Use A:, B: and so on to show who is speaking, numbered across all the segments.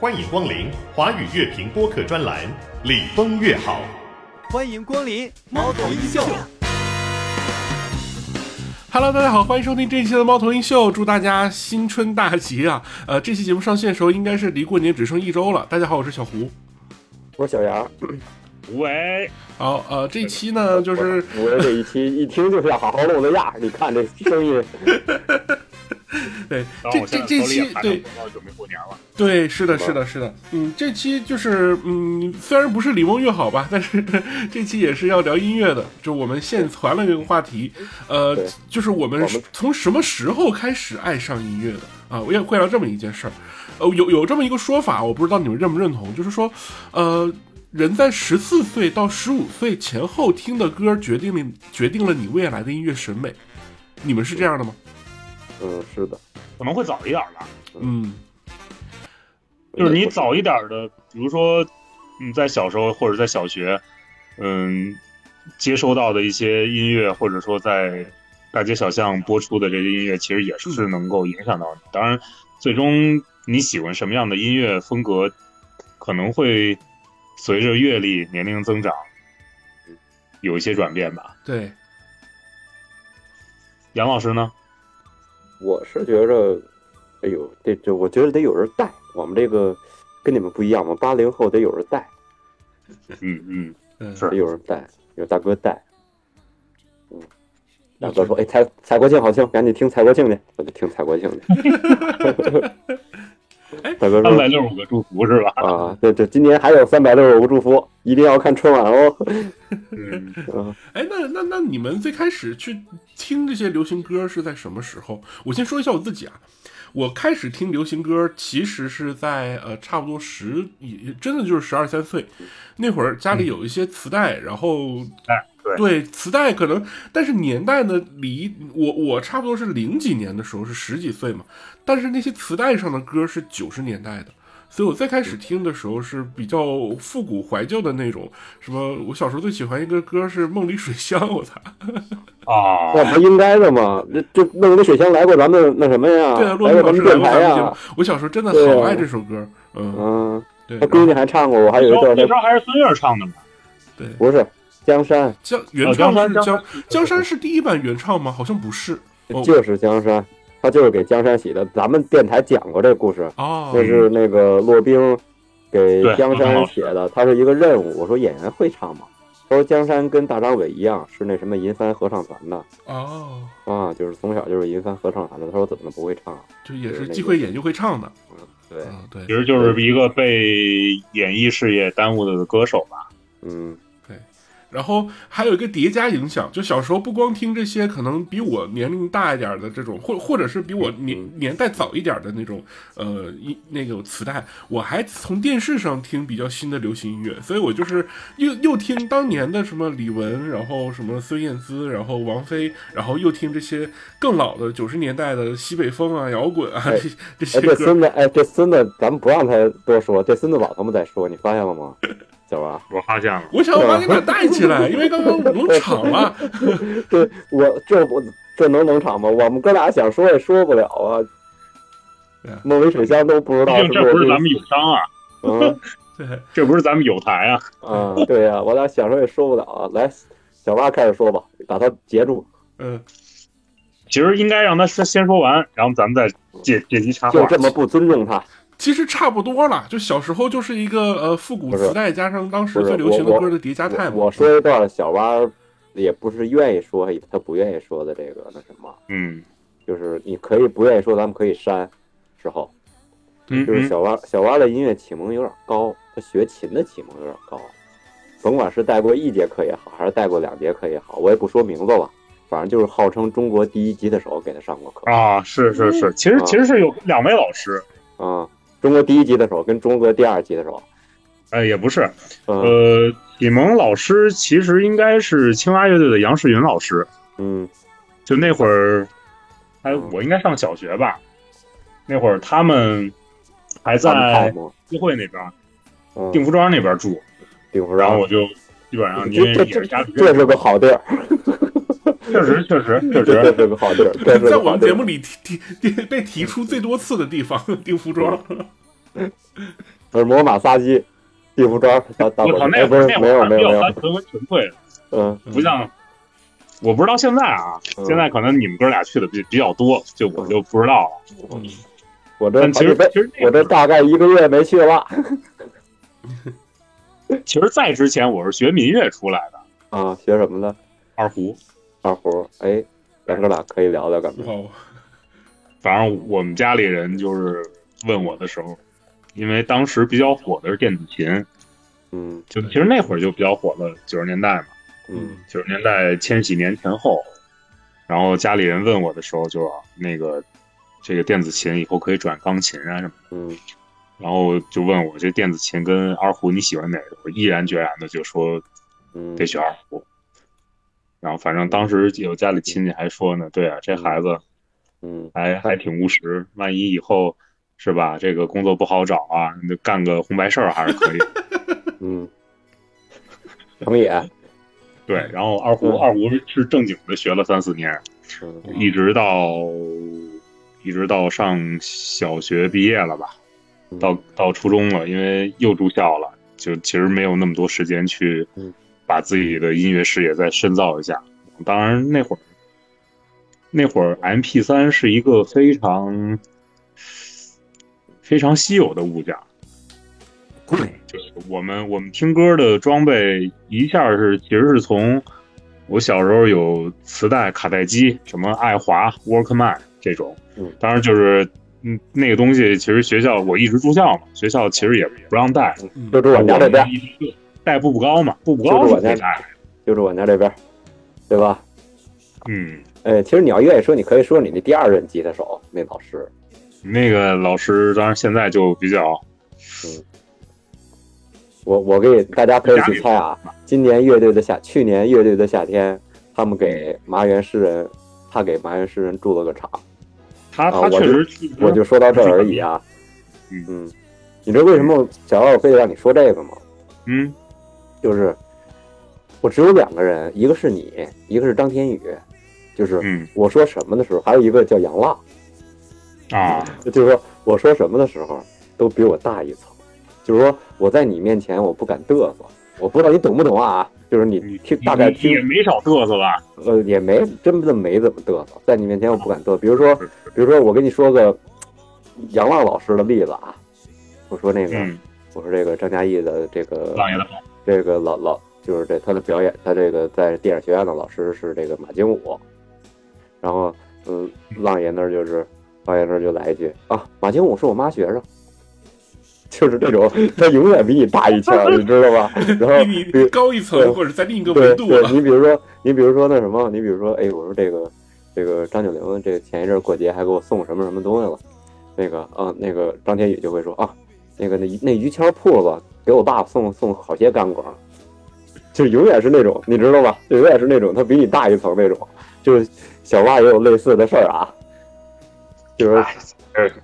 A: 欢迎光临华语乐评播客专栏《李峰乐好》，
B: 欢迎光临猫头鹰秀。
C: Hello，大家好，欢迎收听这一期的猫头鹰秀，祝大家新春大吉啊！呃，这期节目上线的时候，应该是离过年只剩一周了。大家好，我是小胡。
D: 我是小杨，
E: 喂，
C: 好、呃，这一期呢，就是
D: 我的这一期一听就是要好好录的样 儿。你看这声音，
C: 对
E: 然后
C: 这
E: 我现
C: 这
E: 在
C: 这
E: 手里也
C: 期
E: 盘着
C: 对
E: 红包，准备过年了。
C: 对，是的，是
D: 是吧
C: 的，是的，嗯，这期就是嗯，虽然不是李梦越好吧，但是这期也是要聊音乐的，就我们现传了这个话题，呃
D: 对，
C: 就是我们
D: 我们
C: 从什么时候开始爱上音乐的啊？我也会聊这么一件事儿，呃，有有这么一个说法，我不知道你们认不认同，就是说，呃。人在十四岁到十五岁前后听的歌，决定了决定了你未来的音乐审美。你们是这样的吗？
D: 嗯，是的，
E: 可能会早一点吧，
C: 嗯，
E: 就是你早一点的，比如说你在小时候或者在小学，嗯，接收到的一些音乐，或者说在大街小巷播出的这些音乐，其实也
C: 嗯
E: 是能够影响到你。当然，最终你喜欢什么样的音乐风格，可能会随着阅历、年龄增长有一些转变吧。
C: 对，
E: 杨老师呢？
D: 我是觉着，哎呦，这这，我觉得得有人带。我们这个跟你们不一样，我们八零后得有人带，
E: 嗯嗯，
C: 嗯，
E: 是
D: 得有人带，有大哥带。嗯，大哥说，哎，蔡蔡国庆好听，赶紧听蔡国庆去，我就听蔡国 庆去。 大哥
E: 哎三
D: 说
E: 百六十五个祝福是吧？
D: 啊，对对，今年还有三百六十五祝福，一定要看春晚哦。
E: 嗯。
D: 嗯，
C: 哎，那那那你们最开始去听这些流行歌是在什么时候？我先说一下我自己啊，我开始听流行歌其实是在呃差不多十，也真的就是十二三岁那会儿，家里有一些磁带，然后
E: 哎，对
C: 对磁带可能，但是年代呢，离我我差不多是零几年的时候是十几岁嘛，但是那些磁带上的歌是九十年代的。所以我最开始听的时候是比较复古怀旧的那种，什么我小时候最喜欢一个歌是《梦里水乡》，我操，
E: 啊，
D: 那不应该的吗？这这弄个水箱来过咱们那什么呀？
C: 对啊，洛
D: 来
C: 宾
D: 过
C: 老师来过
D: 咱们电
C: 咱
D: 台
C: 们节目
D: 呀。，
C: 我小时候真的
D: 对
C: 好
D: 啊
C: 爱这首歌，嗯，
D: 嗯，
C: 对，
D: 他
C: 然后
D: 闺女还唱过，我还有一
E: 那
D: 段
E: 那
D: 儿
E: 时候还是孙悦唱的嘛？
C: 对
D: 不是江山，
C: 江原
E: 哦
C: 唱
E: 江山
C: 是
E: 江
C: 江
E: 山
C: 江山是第一版原唱吗？好像不是哦
D: 就是江山，他就是给江山洗的。咱们电台讲过这个故事，
C: 哦，
D: 就是那个骆宾给
E: 对
D: 江
E: 骆宾
D: 山
E: 老师
D: 写的，他是一个任务。我说演员会唱吗？他说江山跟大张伟一样是那什么银帆合唱团的
C: 哦，
D: 啊，就是从小就是银帆合唱团的。他说怎么不会唱？啊
C: 就也
D: 就是是
C: 既
D: 那
C: 会
D: 个
C: 演又会唱的，
D: 嗯，对，
C: 嗯，对
E: 其，实就是一个被演艺事业耽误的歌手吧。
D: 嗯，
C: 然后还有一个叠加影响，就小时候不光听这些，可能比我年龄大一点儿的这种，或或者是比我
D: 嗯
C: 年年代早一点儿的那种，呃，一那个磁带，我还从电视上听比较新的流行音乐，所以我就是又又听当年的什么李玟，然后什么孙燕姿，然后王菲，然后又听这些更老的九十年代的西北风啊、摇滚啊
D: 哎
C: 这这些
D: 哎，这
C: 歌。
D: 孙子，哎，这孙子，咱们不让他多说，这孙子老他妈在说，你发现了吗，小王？
E: 我发现了，
C: 我想我把你俩
D: 嗯
C: 带起来，因为刚刚冷 场了。
D: 对我这不这能冷场吗？我们哥俩想说也说不了啊
C: 对啊。
D: 梦里水乡都不知
E: 毕
D: 道
E: 竟这不是咱们友商啊，
D: 嗯
C: 对，
E: 这不是咱们友台啊。
D: 啊，对呀、我俩想说也说不了啊。来，小八开始说吧，把他截住，
C: 嗯，
E: 其实应该让他先先说完，然后咱们再借借机插
D: 就
E: 话。
D: 这么不尊重他。
C: 其实差不多了，就小时候就是一个呃复古
D: 不是
C: 磁带加上当时
D: 不是
C: 最流行的
D: 我
C: 歌的叠加态嘛。
D: 我我说一段，小八也不是愿意说，他不愿意说的这个那什么，
E: 嗯
D: 就是你可以不愿意说，咱们可以删。之后
E: 嗯
D: 就是小蛙小蛙的音乐启蒙有点高，他学琴的启蒙有点高，甭管是带过一节课也好，还是带过两节课也好，我也不说名字了，反正就是号称中国第一吉他手，给他上过课
E: 啊，是是是，其实
D: 啊
E: 其实是有两位老师，
D: 啊、中国第一吉他手跟中国第二吉他手，
E: 呃，也不是，
D: 嗯
E: 呃，启蒙老师其实应该是青蛙乐队的杨世云老师，
D: 嗯
E: 就那会儿，哎，我应该上小学吧，那会儿他们还
D: 看
E: 在
D: 不
E: 四惠那边，
D: 看吗？
E: 定
D: 嗯，
E: 福庄那边住，
D: 定服
E: 然后
D: 装
E: 我，就基本上因为
D: 这这
E: 也是
D: 这
E: 家里
D: 这是个好地儿，
E: 确实确实 确
D: 这
E: 实，
D: 是个好 地儿，这 是
C: 在
D: 个
C: 我
D: 好
C: 们
D: 地
C: 节
D: 儿
C: 目。里提提提被提出最多次的地方，丁服装。
D: 不是摩呃马萨基，地府庄打打
E: 我
D: 过
E: 靠，
D: 去，
E: 那
D: 哎，不
E: 会
D: 是
E: 儿那
D: 没
E: 会
D: 有
E: 儿
D: 没
E: 比
D: 有
E: 较
D: 没有
E: 单，纯和纯粹，
D: 嗯
E: 不像。我不知道现在啊，
D: 嗯
E: 现在可能你们哥俩去的比比较多，就我就不知道了。
D: 嗯，我这
E: 但其实
D: 好几
E: 其实那
D: 我这大概一个月没去了
E: 其实在之前我是学民乐出来的，
D: 啊，学什么呢？
E: 二胡。
D: 二胡，哎，咱哥俩可以聊聊，感觉
C: 哇，哦
E: 反正我们家里人就是问我的时候，因为当时比较火的是电子琴，
D: 嗯
E: 就其实那会儿就比较火了，九十年代嘛，
D: 嗯，
E: 九十年代千禧年前后。然后家里人问我的时候就，啊那个这个电子琴以后可以转钢琴啊什么的。
D: 嗯
E: 然后就问我这电子琴跟二胡你喜欢哪个？我毅然决然的就说
D: 嗯
E: 得，选二胡。然后反正当时有家里亲戚还说呢，对啊，这孩子
D: 嗯
E: 还还挺务实，万一以后是吧，这个工作不好找啊，你就干个红白事儿还是可以。
D: 嗯，成也，
E: 对，然后二胡
D: 嗯
E: 二胡是正经的学了三四年，
D: 嗯
E: 一直到一直到上小学毕业了吧，
D: 嗯
E: 到到初中了，因为又住校了，就其实没有那么多时间去
D: 嗯
E: 把自己的音乐视野再深造一下。当然那会儿，那会儿 M P 三是一个非常非常稀有的物件儿，
B: 对，
E: 就是我们我们听歌的装备一下是其实是从我小时候有磁带、卡带机，什么爱华、Walkman 这种
D: 嗯，
E: 当然就是嗯那个东西，其实学校我一直住校嘛，学校其实也不让带，
D: 就住我
E: 我
D: 家这
E: 们
D: 边，
E: 一直带步步高嘛，步步
D: 就
E: 高
D: 是
E: 是
D: 我
E: 可
D: 家
E: 以带的，
D: 就住我家这边，对吧？
E: 嗯。
D: 哎，其实你要愿意说，你可以说你的第二任吉他手那老师，
E: 那个老师，当然现在就比较
D: 我我给大家可以去猜啊，今年乐队的夏，去年乐队的夏天，他们给麻原诗人，他给麻原诗人驻了个场，
E: 他，
D: 啊
E: 他
D: 我
E: 确
D: 就
E: 实是，
D: 我就说到这儿而已啊。
E: 嗯
D: 嗯，你知道为什么小奥非得让你说这个吗？
E: 嗯
D: 就是我只有两个人，一个是你，一个是张天宇，就是
E: 嗯
D: 我说什么的时候，还有一个叫杨浪，
E: 啊，
D: 就是说我说什么的时候都比我大一层，就是说我在你面前我不敢嘚瑟，我不知道你懂不懂啊？就是你
E: 你
D: 听大概
E: 你你也
D: 听，
E: 没少嘚瑟吧？
D: 呃，也没真的没怎么嘚瑟，在你面前我不敢嘚瑟。比如说，
E: 是
D: 比如说我跟你说个杨浪老师的例子啊，我说那个，
E: 嗯，
D: 我说这个张嘉译的这个
E: 浪爷的好，
D: 这个老老就是这他的表演，他这个在电影学院的老师是这个马经武，然后嗯，浪爷那儿就是浪爷那儿就来一句啊，马经武是我妈学生， 就是这种，他永远比你大一圈儿，你知道吧？然后
C: 比
D: 比
C: 你高一层，或者在另一个维
D: 对
C: 度了
D: 对，。你比如说，你比如说那什么，你比如说，哎，我说这个这个张九龄，这个前一阵儿过节还给我送什么什么东西了，那个啊，那个张天宇就会说啊，那个那那于谦铺子给我爸送送好些干果儿，就永远是那种，你知道吧？就永远是那种，他比你大一层那种，就是小蛙也有类似的事儿啊，就是
E: 哎，这个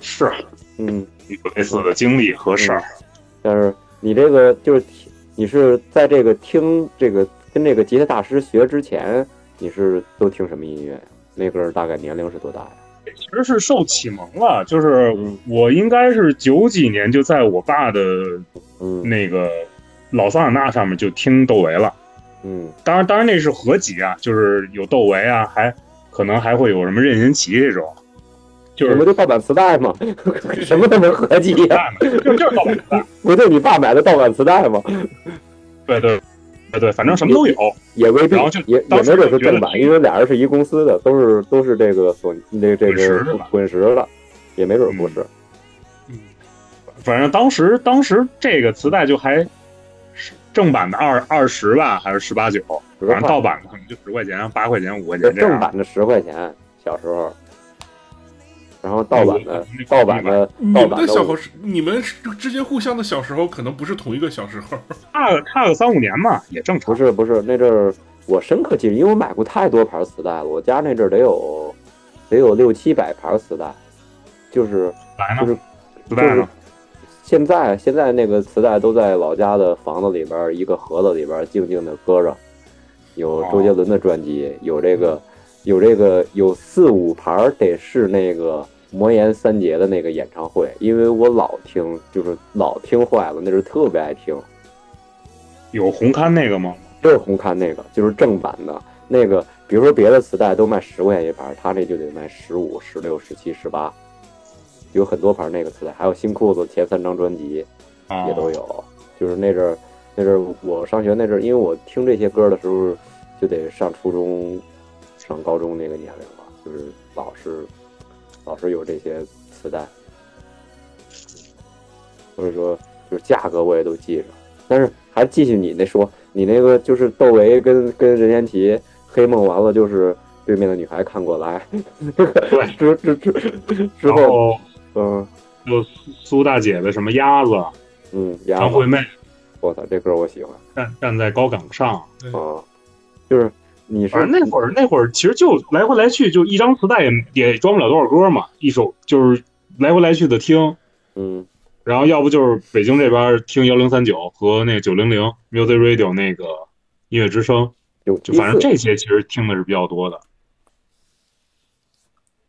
E: 是啊
D: 嗯。
E: 有类似的经历和事儿。
D: 但是你这个就是听你是在这个听这个跟这个吉他大师学之前，你是都听什么音乐呀？那个大概年龄是多大呀？
E: 其实是受启蒙了，就是我应该是九几年就在我爸的
D: 嗯
E: 那个老桑塔纳上面就听窦唯了。
D: 嗯
E: 当然，当然那是合集啊，就是有窦唯啊，还可能还会有什么任贤齐这种，就
D: 你
E: 是
D: 不就盗版磁带吗？什么都没合集呀、
E: 带嘛，就就是盗版磁带。
D: 不就你爸买的盗版磁带吗？
E: 对对对对，反正什么都有。
D: 也未必
E: 然后就，
D: 也也
E: 当时
D: 没准是
E: 就觉得
D: 正版，因为俩人是一公司的，都是都是这个索这这
E: 滚石
D: 个
E: 是吧
D: 滚石的，也没准不是。
E: 反正当时当时这个磁带就还是正版的二二十吧，还是十八九，
D: 十
E: 反正
D: 块
E: 盗版的可能就十块钱、八块钱、五块
D: 这
E: 钱这样。
D: 正版的十块钱，小时候，然后盗版的
E: 那个
D: 盗版的
C: 你
D: 盗
C: 们
D: 版
C: 的
D: 的
C: 小
D: 我
C: 时，你们之间互相的小时候可能不是同一个小时候。
E: 差个差个三五年嘛，也正
D: 不。
E: 常
D: 是不是，那阵儿我深刻记得，因为我买过太多盘磁带了，我家那阵儿得有得有六七百盘磁带，就是
E: 来
D: 就是
E: 呢，磁带
D: 就是
E: 呢，
D: 现在现在那个磁带都在老家的房子里边儿一个盒子里边儿静静的搁着，有周杰伦的专辑，有这个有这个有四五盘儿得是那个魔岩三杰的那个演唱会，因为我老听，就是老听坏了，那时候特别爱听。
E: 有红勘那个吗？
D: 就是红勘那个，就是正版的那个，比如说别的磁带都卖十块钱一盘，他那就得卖十五、十六、十七、十八，有很多盘那个磁带，还有新裤子前三张专辑
E: 啊
D: 也，都有。就是那阵儿，那阵儿我上学那阵儿，因为我听这些歌的时候，就得上初中、上高中那个年龄了，就是老是老是有这些磁带，所以说就是价格我也都记着。但是还继续你那说，你那个就是窦唯跟跟任贤齐黑梦完了就是对面的女孩看过来，
E: 对
D: 之之之之
E: 然
D: 后，
E: 后
D: 嗯
E: 有苏苏大姐的什么鸭子、
D: 嗯，然
E: 张
D: 后
E: 惠妹
D: 我操，这歌我喜欢
E: 站站在高岗上，
D: 啊，就是你是
E: 反正那会儿那会儿其实就来回来去就一张磁带也也装不了多少歌嘛，一首就是来回来去的听，
D: 嗯。
E: 然后要不就是北京这边听幺零三九和那九零零 Music Radio 那个音乐之声，
D: 有
E: 就反正这些其实听的是比较多的，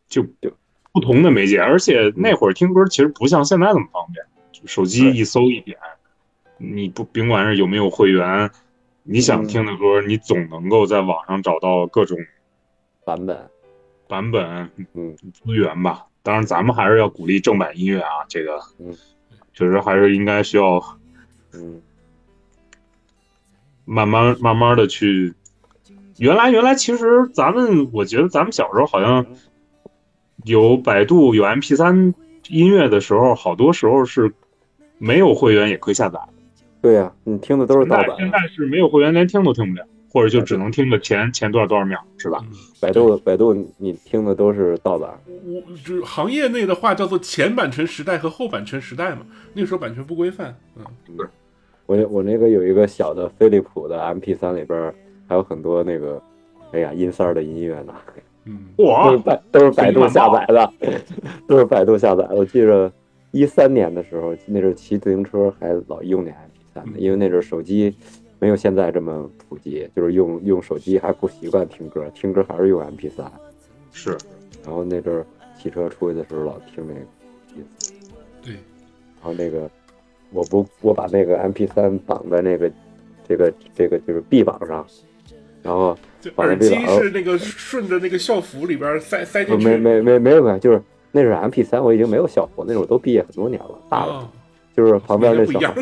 E: 就
D: 对嗯
E: 不同的媒介，而且那会儿听歌其实不像现在那么方便，就手机一搜一点，你不甭管是有没有会员，你想听的歌，
D: 嗯
E: 你总能够在网上找到各种
D: 版本，
E: 版本，
D: 嗯，
E: 资源吧。当然，咱们还是要鼓励正版音乐啊，这个，
D: 嗯，
E: 确实还是应该需要
D: 嗯，
E: 慢慢慢慢的去。原来原来其实咱们，我觉得咱们小时候好像有百度有 MP 3音乐的时候，好多时候是没有会员也可以下载。
D: 对呀、你听的都是盗
E: 那现
D: 版，啊
E: 在是没有会员连听都听不了，或者就只能听个前前多少多少秒，是吧？
D: 百度百度你听的都是盗版，
C: 我就是行业内的话叫做前版权时代和后版权时代嘛，那个时候版权不规范，嗯，
D: 我我那个有一个小的飞利浦的 MP 3里边儿还有很多那个，哎呀阴三儿的音乐呢，
C: 嗯，
D: 都是
E: 哇，
D: 百都是百度下载的，都是百度下载的。我记着一三年的时候，那阵儿骑自行车还老用那 MP 3呢，因为那阵儿手机。没有现在这么普及，就是用用手机还不习惯听歌，听歌还是用 MP 3
E: 是
D: 然后那阵儿骑车出去的时候老听那个，
C: 对，
D: 然后那个我不我把那个 MP 3绑在那个这个这个就是臂膀上，然后
C: 就
D: 把那
C: 耳
D: 臂
C: 机
D: 膀
C: 是那个顺着那个校服里边塞塞
D: 呃
C: 进去，啊
D: 没没没没有感觉，就是那是 MP 3我已经没有校服，那时候都毕业很多年了，大了，
C: 啊，
D: 就是旁边那
C: 不一
D: 小
C: 样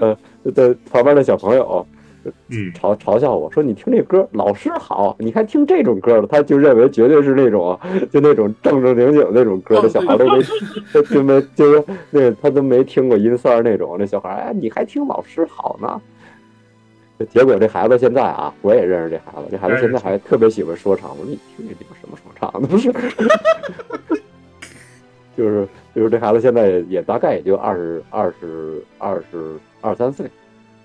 D: 呃对旁边那小朋友。
E: 嗯，
D: 嘲嘲笑我说：“你听这歌，老师好，你还听这种歌了？”他就认为绝对是那种，就那种正正经经那种歌
C: 哦
D: 的小孩都没，他就没就是那个他都没听过音色儿那种。那小孩哎，你还听老师好呢？结果这孩子现在啊，我也认识这孩子，这孩子现在还特别喜欢说唱。我说你听这地方什么说唱的？不是， 就是就是这孩子现在也也大概也就二十二十二十二三岁，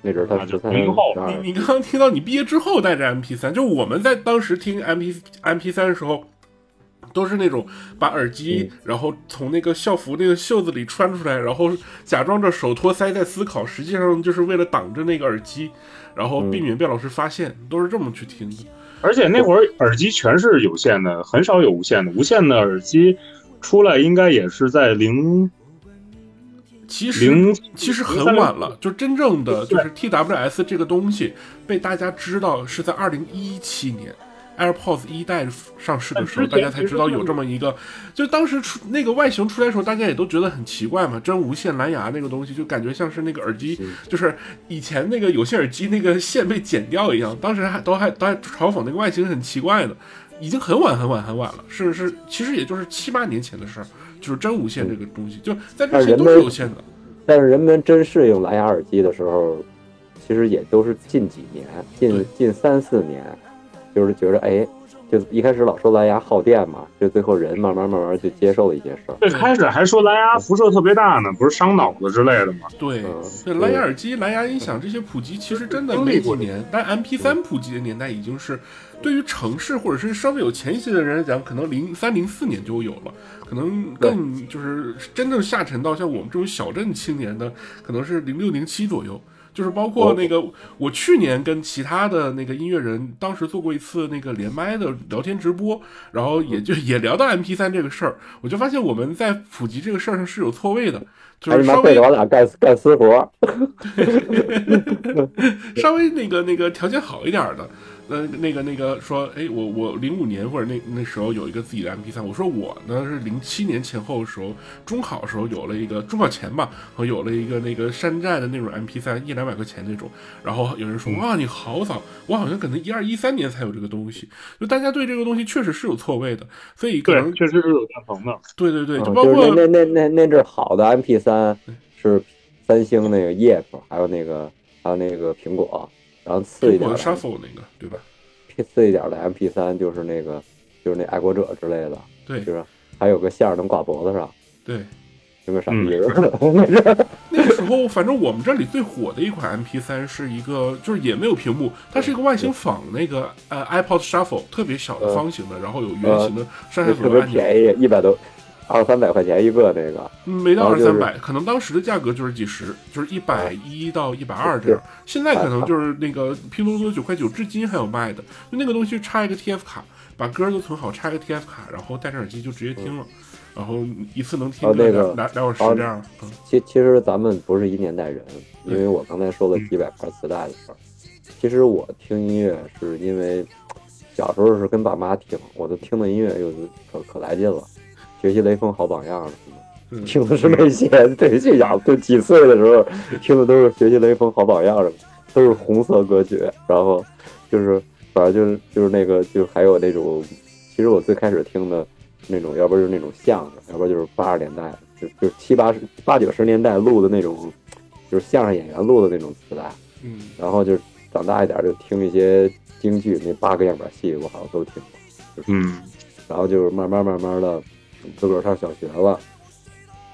D: 那阵儿他
E: 啊那就
D: 十三
E: 零
D: 十
E: 零后
D: 二
C: 你。你刚刚听到你毕业之后带着 MP 3就我们在当时听 MP MP 3的时候，都是那种把耳
D: 嗯
C: 机，然后从那个校服那个袖子里穿出来，然后假装着手托腮在思考，实际上就是为了挡着那个耳机，然后
D: 嗯
C: 避免被老师发现，都是这么去听的。
E: 而且那会儿耳机全是有线的，很少有无线的。无线的耳机出来应该也是在零
C: 其实
E: 零
C: 其实很晚了，就真正的就是 TWS 这个东西被大家知道是在二零一七年 AirPods 一代上市的时候，
E: 但
C: 大
E: 之前
C: 家才知道有这么一个。就当时出那个外形出来的时候，大家也都觉得很奇怪嘛，真无线蓝牙那个东西，就感觉像是那个耳机，就是以前那个有线耳机那个线被剪掉一样。当时还都还都还嘲讽那个外形很奇怪呢，已经很晚很晚很晚了，是是，其实也就是七八年前的事儿。就是真无线这个东西，就在之前都是有线的。
D: 但是人们真适应蓝牙耳机的时候，其实也都是近几年，
C: 对
D: 近近三四年，就是觉得哎，就一开始老说蓝牙耗电嘛，就最后人慢慢慢慢就接受了一些事儿。
E: 最开始还说蓝牙辐射特别大呢，不是伤脑子之类的吗？
C: 对
D: 嗯，
C: 对，蓝牙耳机、蓝牙音响这些普及，其实真的没几年。但 MP
D: 嗯
C: 3普及的年代已经是对于城市或者是稍微有钱一些的人来讲，可能零三零四年就有了，可能更就是真正下沉到像我们这种小镇青年的，可能是零六零七左右。就是包
D: 哦
C: 括那个我去年跟其他的那个音乐人，当时做过一次那个连麦的聊天直播，然后
D: 嗯
C: 也就也聊到 MP 三这个事儿，我就发现我们在普及这个事儿上是有错位的，就
D: 还
C: 是
D: 你
C: 稍
D: 妈
C: 微
D: 背着我俩干干私活，
C: 稍微那个那个条件好一点儿的，呃，那个那个说，哎，我我零五年或者那那时候有一个自己的 MP 三，我说我呢是零七年前后的时候，中考时候有了一个中考前吧，我有了一个那个山寨的那种 MP 三，一两百块钱那种，然后有人说哇你好早，我好像可能一二一三年才有这个东西，就大家对这个东西确实是有错位的，所以可能
E: 对，确实是有断层的。
C: 对对对，
D: 嗯
C: 就包
D: 就是
C: 括、
D: 那那那那那阵儿好的 MP 三是三星那个 YEP，还有那个还有那个苹果，然后次一
C: 中
D: 点
C: 国
D: 儿
C: 的
D: 的
C: shuffle 那个对吧？
D: 次一点儿的 MP 三就是那个就是那爱国者之类的，
C: 对
D: 就是还有个线儿能挂脖子上，
C: 对，
D: 有没有傻
C: 嗯
D: 逼儿？
C: 那个时候，反正我们这里最火的一款 MP 3是一个，就是也没有屏幕，它是一个外形仿那个呃 iPod Shuffle，特别小的
D: 呃
C: 方形的，然后有圆形的上下
D: 那特
C: 左右
D: 别
C: 按钮，
D: 便宜，一百多二三百块钱一个那个，
C: 嗯没到
D: 然后
C: 二
D: 就
C: 三
D: 是嗯
C: 百，可能当时的价格就是几十，就是一百一到一百二这样
D: 是。
C: 现在可能就是那个拼多多九块九，至今还有卖的，就那个东西插一个 TF 卡，把歌都存好，插个 TF 卡，然后戴上耳机就直接听了，然后一次能听
D: 嗯哦那个
C: 两两两小
D: 哦
C: 时这样。嗯，
D: 其其实咱们不是一年代人，因为我刚才说了
E: 嗯
D: 几百块磁带的事儿。其实我听音乐是因为小时候是跟爸妈听，我都听的音乐有可可来劲了，学习雷锋好榜样什么的
C: 嗯
D: 听的是那些。对，这小子都几岁的时候听的都是学习雷锋好榜样什么的，都是红色歌曲，然后就是反正就是就是那个就还有那种，其实我最开始听的那种，要不就是那种相声，要不就是八十年代，就就七八十八九十年代录的那种，就是相声演员录的那种磁带，
C: 嗯，
D: 然后就是长大一点就听一些京剧那八个样板戏，我好像都听过，
E: 嗯，
D: 然后就是慢慢慢慢的自个儿上小学了，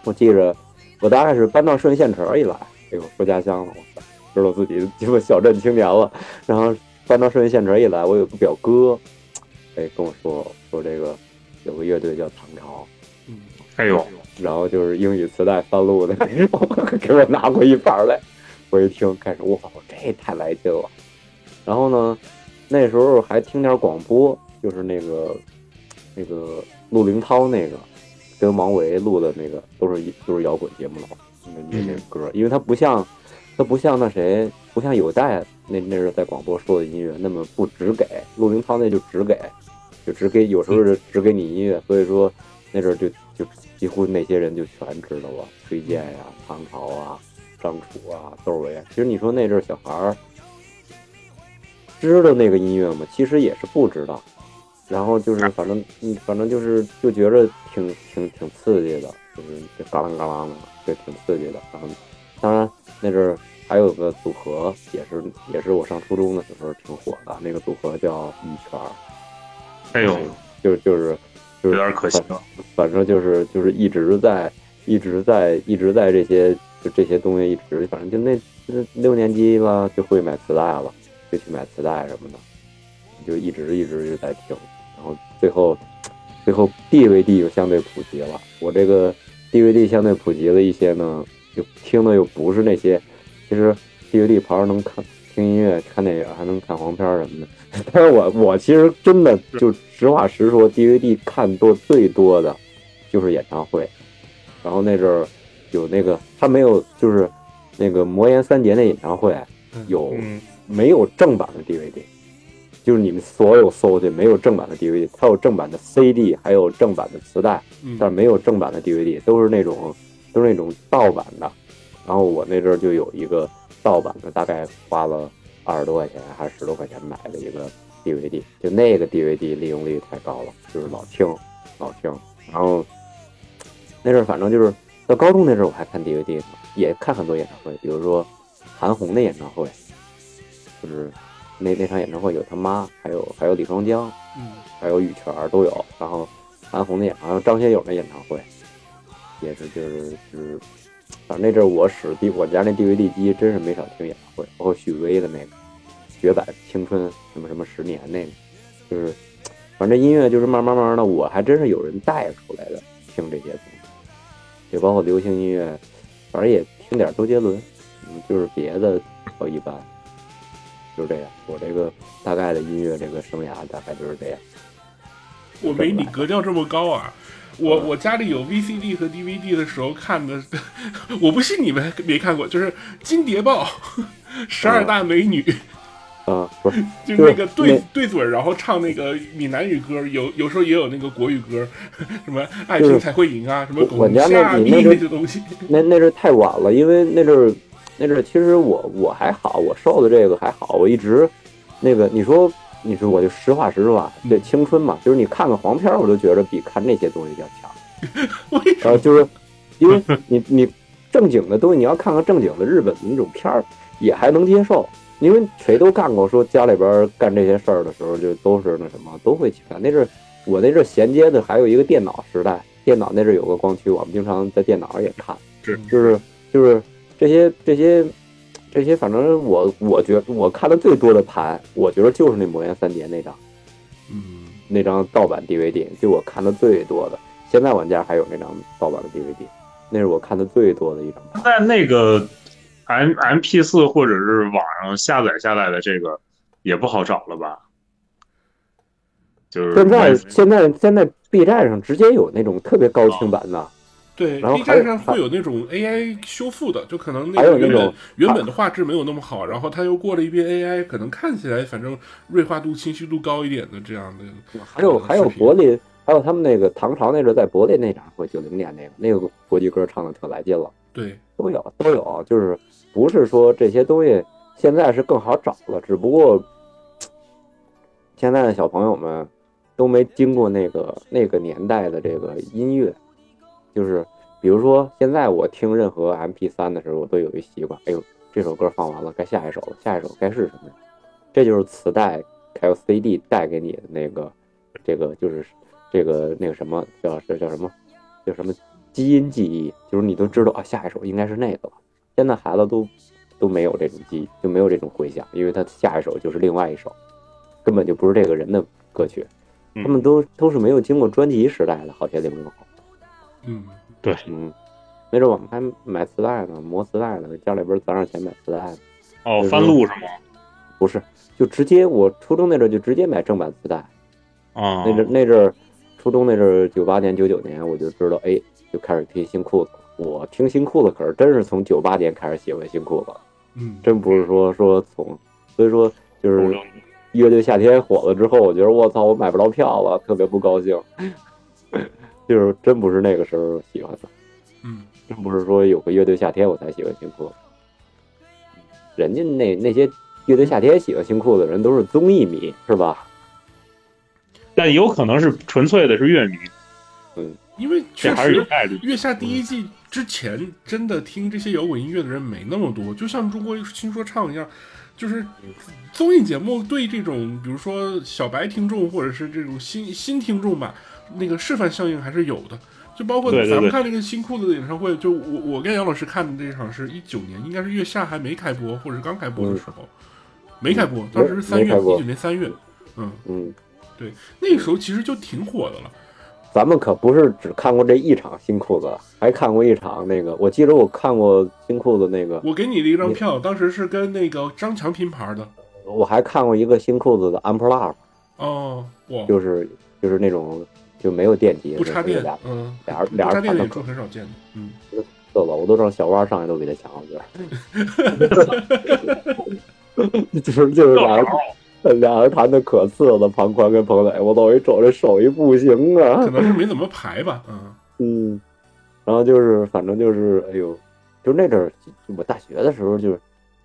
D: 我记着我大概是搬到顺义县城儿以来，哎呦说家乡了，我操，知道自己鸡巴小镇青年了，然后搬到顺义县城儿以来，我有个表哥，哎跟我说说这个有个乐队叫唐朝。
E: 哎呦，
D: 然后就是英语磁带翻录的那种， 给我拿过一半儿来，我一听开始，哇，这太来劲了。然后呢，那时候还听点广播，就是那个那个陆林涛那个跟王维录的那个，都是一都是摇滚节目的话，那那那歌，因为它不像它不像那谁，不像有代那那是在广播说的音乐那么不只给陆林涛那就只给，就只给有时候是只给你音乐，所以说那阵儿就就几乎那些人就全知道了，崔健呀、唐朝啊、张楚啊、窦唯啊。其实你说那阵儿小孩儿知道那个音乐吗？其实也是不知道。然后就是反正嗯，反正就是就觉着挺挺挺刺激的，就是这嘎啷嘎啷的，就挺刺激的。然后当然那阵儿还有个组合，也是也是我上初中的时候挺火的，那个组合叫羽泉儿。
E: 哎呦，
D: 就是就是就是
E: 有点可惜了。
D: 反正就是就是一直在一直在一直在这些就这些东西一直反正就那就六年级了就会买磁带了，就去买磁带什么的，就一直一直就在听，然后最后最后 DVD 就相对普及了，我这个 DVD 相对普及了一些呢，就听的又不是那些，其实 DVD 旁边能看。听音乐、看电影，还能看黄片什么的。 但是我我其实真的就实话实说，DVD 看多最多的就是演唱会。然后那阵儿有那个他没有，就是那个魔岩三杰那演唱会
C: 嗯
D: 有
E: 嗯，
D: 没有正版的 DVD？就是你们所有搜去没有正版的 DVD，它有正版的 CD，还有正版的磁带，
C: 嗯
D: 但是没有正版的 DVD，都是那种都是那种盗版的。然后我那阵儿就有一个盗版的，大概花了二十多块钱还是十多块钱买的一个 DVD，就那个 DVD 利用率太高了，就是老听老听。然后那阵儿反正就是到高中那阵儿我还看 DVD 呢，也看很多演唱会，比如说韩红的演唱会，就是那那场演唱会有他妈，还有还有李双江，
C: 嗯
D: 还有羽泉儿都有，然后韩红的演唱，还有张学友的演唱会，也是就是就是，反正那阵儿我使地我家那 DVD 机真是没少听演唱会，包括许巍的那个绝版青春什么什么十年那个，就是反正音乐就是慢慢慢慢的，我还真是有人带出来的听这些东西，也包括流行音乐，反正也听点周杰伦，嗯，就是别的较一般，就这样。我这个大概的音乐这个生涯大概就是这样。
C: 我没你格调这么高啊。我
D: 嗯
C: 我家里有 VCD 和 DVD 的时候看的， 我不信你们没看过，就是《金谍报》 《十二大美女》
D: 啊，不是，
C: 就
D: 对
C: 那个对
D: 那
C: 对嘴儿，然后唱那个闽南语歌，有有时候也有那个国语歌，什么“爱情才会赢”啊，什么“
D: 我
C: 拱
D: 家那
C: 下
D: 你
C: 逼”
D: 那
C: 那
D: 个
C: 些东西。
D: 那那阵儿太晚了，因为那阵儿那阵儿其实我我还好，我受的这个还好，我一直那个你说你说我就实话实说啊，这青春嘛，就是你看个黄片儿，我都觉得比看那些东西要强。
C: 为
D: 然后啊就是因为你 你正经的东西，你要看看正经的日本的那种片儿，也还能接受。因为谁都干过，说家里边儿干这些事儿的时候，就都是那什么，都会去看。那阵儿我那阵儿衔接的还有一个电脑时代，电脑那阵儿有个光驱，我们经常在电脑上也看，
E: 是
D: 就是就是这些这些这些，反正我我觉我看的最多的盘，我觉得就是那魔岩三杰那张。
C: 嗯，
D: 那张盗版 DVD，就我看的最多的。现在我们家还有那张盗版的 DVD，那是我看的最多的一张盘。
E: 在那个 M M P 四或者是网上下载下来的这个也不好找了吧？就是
D: 现在现在现在 B 站上直接有那种特别高清版
E: 啊
D: 的，
C: 对
D: 然后
C: ，B
D: 还有
C: 站上会有那种 AI 修复的，就可能那
D: 还有
C: 个
D: 那
C: 原
D: 种
C: 本原本的画质没有那么好，然后它又过了一遍 AI，可能看起来反正锐化度、清晰度高一点的这样的。
D: 还有
C: 嗯
D: 还有
C: 视频
D: 柏林，还有他们那个唐朝那阵在柏林那场会九零年那个那个国际歌唱的特来劲了，
C: 对，
D: 都有都有，啊就是不是说这些东西现在是更好找了，只不过现在的小朋友们都没经过那个那个年代的这个音乐，就是比如说现在我听任何 MP 3的时候，我都有一习惯，哎呦，这首歌放完了，该下一首了，下一首该是什么呀？这就是磁带还有 CD 带给你的那个这个就是这个那个什么叫这叫什么叫什么基因记忆，就是你都知道啊，下一首应该是那个了。现在孩子都都没有这种记忆，就没有这种回响，因为他下一首就是另外一首，根本就不是这个人的歌曲。
E: 嗯
D: 他们都都是没有经过专辑时代的好些零零后，
C: 嗯，
D: 嗯，没准我们还买磁带呢，磨磁带呢，家里边攒点钱买磁带呢。
E: 哦翻录是吗？
D: 不是，就直接我初中那阵儿就直接买正版磁带，
E: 啊，
D: 那阵那阵儿，初中那阵儿，九八年、九九年，我就知道，哎，就开始听新裤子。我听新裤子可是真是从九八年开始喜欢新裤子，
C: 嗯，
D: 真不是说说从，所以说就
E: 欧
D: 是
E: 洲
D: 乐队夏天火了之后，我觉得我操，我买不着票了，特别不高兴， 就是真不是那个时候喜欢的。
C: 嗯，
D: 真不是说有个乐队夏天我才喜欢新裤子，人家那那些乐队夏天喜欢新裤子的人都是综艺迷，是吧？
E: 但有可能是纯粹的是乐迷，
C: 因为
E: 这
C: 确
E: 还是有
C: 实
E: 概率。
C: 月下第一季之前，真的听这些摇滚音乐的人没那么多，就像中国新说唱一样，就是综艺节目对这种比如说小白听众或者是这种新新听众吧，那个示范效应还是有的。就包括
E: 对对
C: 咱们
E: 对
C: 看那个新裤子的演唱会，就我我跟杨老师看的这场是一九年，应该是月下还没开播或者刚开播的时候，没开播，当时是三
D: 没
C: 月，
D: 开播
C: 一九年三月，嗯，
D: 嗯，
C: 那个时候其实就挺火的了。
D: 咱们可不是只看过这一场新裤子，还看过一场那个，我记得我看过新裤子那个，
C: 我给你了一张票，当时是跟那个张强拼盘的。
D: 我还看过一个新裤子的 Unplug，
C: 哦，哇，
D: 就是就是那种就没有电机，
C: 不插
D: 那
C: 电
D: 俩，
C: 嗯，
D: 俩人
C: 不
D: 俩
C: 插
D: 人
C: 电的
D: 弹的
C: 演出
D: 可
C: 很少见的， 嗯，
D: 逗了，我都让小蛙上去都给他抢，我觉得，就是就是俩人俩人弹的可次了，庞宽跟彭磊，我走一瞅这手艺不行啊，
C: 可能是没怎么排吧，嗯，
D: 嗯，然后就是反正就是，哎呦，就那阵儿，我大学的时候就是，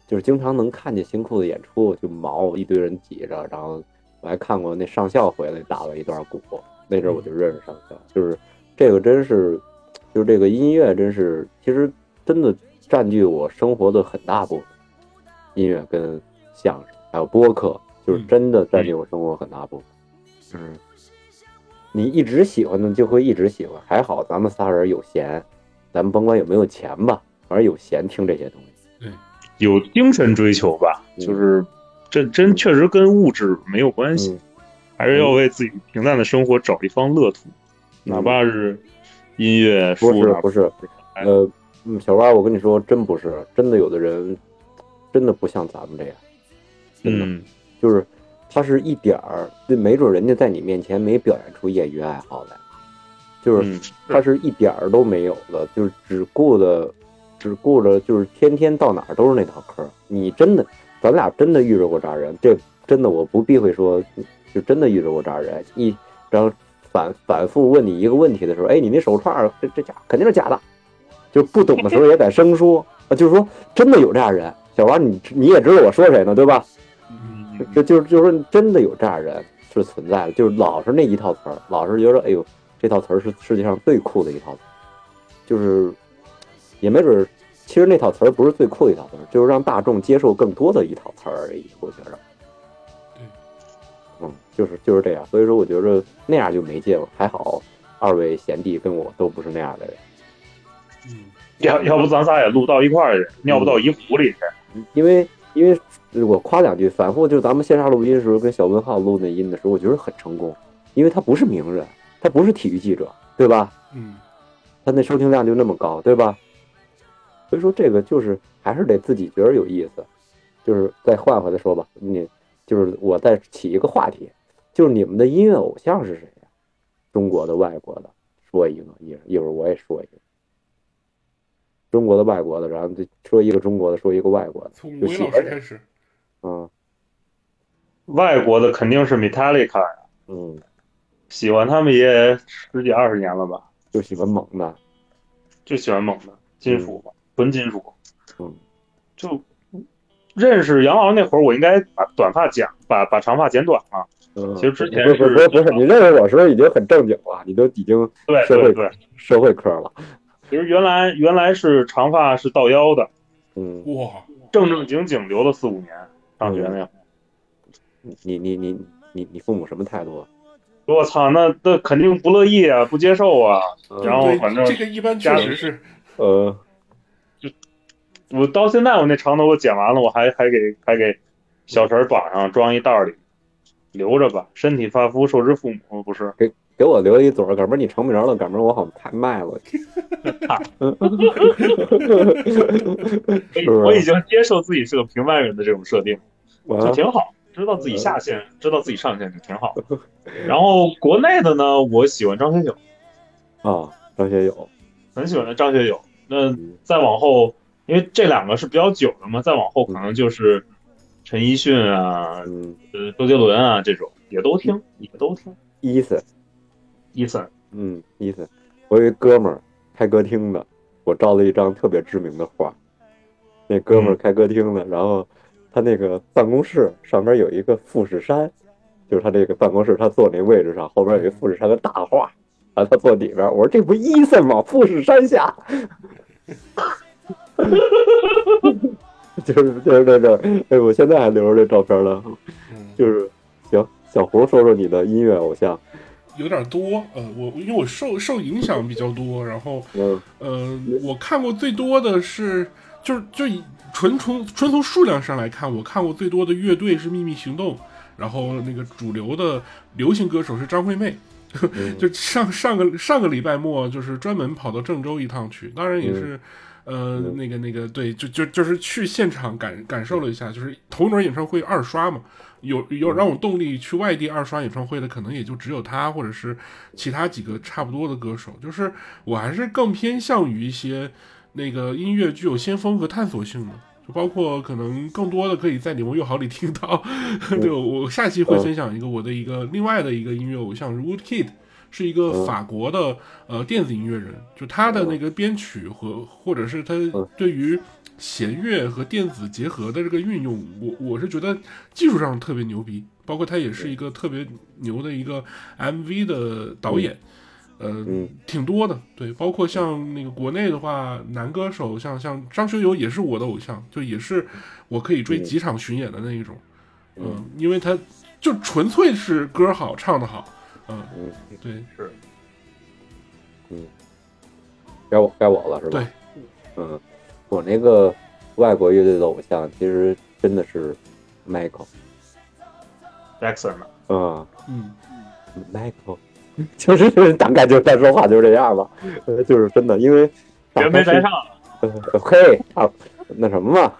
D: 就是经常能看见新裤子演出，就毛一堆人挤着，然后我还看过那上校回来打了一段鼓，那
C: 嗯
D: 阵儿我就认识上校，就是这个真是，就是这个音乐真是，其实真的占据我生活的很大部分，音乐跟相声还有播客，就是
C: 嗯
D: 真的占据我生活很大部分，就是。你一直喜欢的就会一直喜欢。还好咱们仨人有闲，咱们甭管有没有钱吧，反正有闲听这些东西。
E: 有精神追求吧，
D: 嗯
E: 就是这真确实跟物质没有关系，
D: 嗯嗯
E: 还是要为自己平淡的生活找一方乐土，哪怕是音乐、
D: 不
E: 书
D: 是
E: 哪怕
D: 不是，
E: 哎
D: 呃，嗯小八，我跟你说，真不是，真的有的人真的不像咱们这样，真的、
E: 嗯
D: 就是他是一点儿，这没准人家在你面前没表现出业余爱好来，就是
E: 嗯
D: 他是一点儿都没有的，就是只顾着，只顾着就是天天到哪儿都是那套嗑儿。你真的，咱俩真的遇着过这样人，这真的我不避讳说，就真的遇着过这样人。一然后反反复问你一个问题的时候，哎，你那手串儿这这假肯定是假的，就不懂的时候也敢生说啊，就是说真的有这样人。小王，你你也知道我说谁呢，对吧？
E: 嗯嗯
D: 就就就是说，真的有这样人是存在的，就是老是那一套词儿，老是觉得哎呦，这套词儿是世界上最酷的一套词儿，就是也没准儿，其实那套词儿不是最酷的一套词儿，就是让大众接受更多的一套词儿而已。我觉着，
C: 对，
D: 嗯，就是就是这样，所以说我觉着那样就没劲了。还好二位贤弟跟我都不是那样的人。
C: 嗯，
E: 要要不咱仨也录到一块儿去，尿不
D: 嗯
E: 到一壶里去。
D: 因为因为呃我夸两句，反复就是咱们线下录音的时候跟小文浩录那音的时候，我觉得很成功，因为他不是名人，他不是体育记者，对吧？
C: 嗯，
D: 他那收听量就那么高，对吧？所以说这个就是还是得自己觉得有意思，就是再换回来说吧，你就是我再起一个话题，就是你们的音乐偶像是谁呀、中国的、外国的，说一个，一一会儿我也说一个。中国的、外国的，然后就说一个中国的，说一个外国的，
C: 从
D: 就
C: 吴伟
D: 喜
C: 老
D: 欢
C: 师
D: 谁
C: 开始，
D: 嗯
E: 外国的肯定是 Metallica，
D: 嗯，
E: 喜欢他们也十几二十年了吧，
D: 就喜欢猛的，
E: 就喜欢猛的金属吧，纯金属。
D: 嗯，
E: 就认识杨老师那会儿，我应该把短发剪，把把长发剪短了。
D: 嗯，
E: 其实之前
D: 不不
E: 是
D: 不不是，你认识我时候已经很正经了，你都已经
E: 对
D: 社
E: 对
D: 会
E: 对，
D: 社会科了，
E: 其实原来原来是长发是到腰的，
D: 嗯，
C: 哇，
E: 正正经经留了四五年。上学那会儿，
D: 你你你你你父母什么态度啊？
E: 我操，那那肯定不乐意啊，不接受啊。然后
C: 对
E: 反正
C: 这个一般确
E: 家里
C: 实是，
D: 呃，
E: 我到现在我那长头发剪完了，我还还给还给小绳儿绑上，装一袋儿里，留着吧。身体发肤受之父母，不是？
D: 给我留了一嘴儿，赶明儿你成不着了，赶明儿我好像太卖了，嗯 是
E: 我已经接受自己是个平凡人的这种设定，就
C: 啊
D: 我
E: 挺好。知道自己下限，知道自己上限就挺 好。然后国内的呢，我喜欢张学友，
D: 啊，张学友，
E: 很喜欢张学友。那
D: 嗯
E: 再往后，因为这两个是比较久的嘛，再往后可能就是陈奕迅啊、
D: 嗯
E: 呃周杰伦啊这种，也都听，也都听。
D: 伊森，
E: 伊森，
D: 嗯，伊森，我有一哥们儿开歌厅的，我照了一张特别知名的画。那哥们儿开歌厅的，然后他那个办公室上边有一个富士山，就是他这个办公室他坐那位置上，后边有一富士山的大画，然后他坐里边儿。我说这不伊森吗？富士山下， 就是就是在这儿。哎，我现在还留着这照片呢。
C: 嗯，
D: 就是行，小胡说说你的音乐偶像。
C: 有点多，呃，我因为我受受影响比较多，然后
D: 嗯
C: 呃，我看过最多的是，就是就以纯从纯从数量上来看，我看过最多的乐队是秘密行动，然后那个主流的流行歌手是张惠妹。
D: 嗯
C: 就上上个上个礼拜末，就是专门跑到郑州一趟去，当然也是，呃，
D: 嗯
C: 那个那个，对，就就就是去现场感感受了一下，就是头一轮演唱会二刷嘛，有有让我动力去外地二刷演唱会的，可能也就只有他或者是其他几个差不多的歌手，就是我还是更偏向于一些那个音乐具有先锋和探索性的。就包括可能更多的可以在《你们友好》里听到， 对我下期会
D: 嗯
C: 分享一个我的一个另外的一个音乐偶像是 Woodkid，是一个
D: 嗯
C: 法国的呃电子音乐人，就他的那个编曲和或者是他
D: 嗯
C: 对于弦乐和电子结合的这个运用，我我是觉得技术上特别牛逼，包括他也是一个特别牛的一个 MV 的导演，呃，
D: 嗯
C: 挺多的，对，包括像那个国内的话，男歌手像像张学友也是我的偶像，就也是我可以追
D: 嗯
C: 几场巡演的那一种，嗯、
D: 嗯
C: 因为他就纯粹是歌好，唱的好，嗯、
D: 嗯，
C: 对
D: 该我该我了是吧？
C: 对，
D: 嗯，我那个外国乐队的偶像其实真的是 Michael，
E: Jackson 呢？
D: 嗯
C: 嗯，
D: ，Michael，就是 就是大概就是他说话就是这样吧，呃，就是真的，因为
E: 别没
D: 咱
E: 白上，
D: 呃，嘿，大那什么嘛，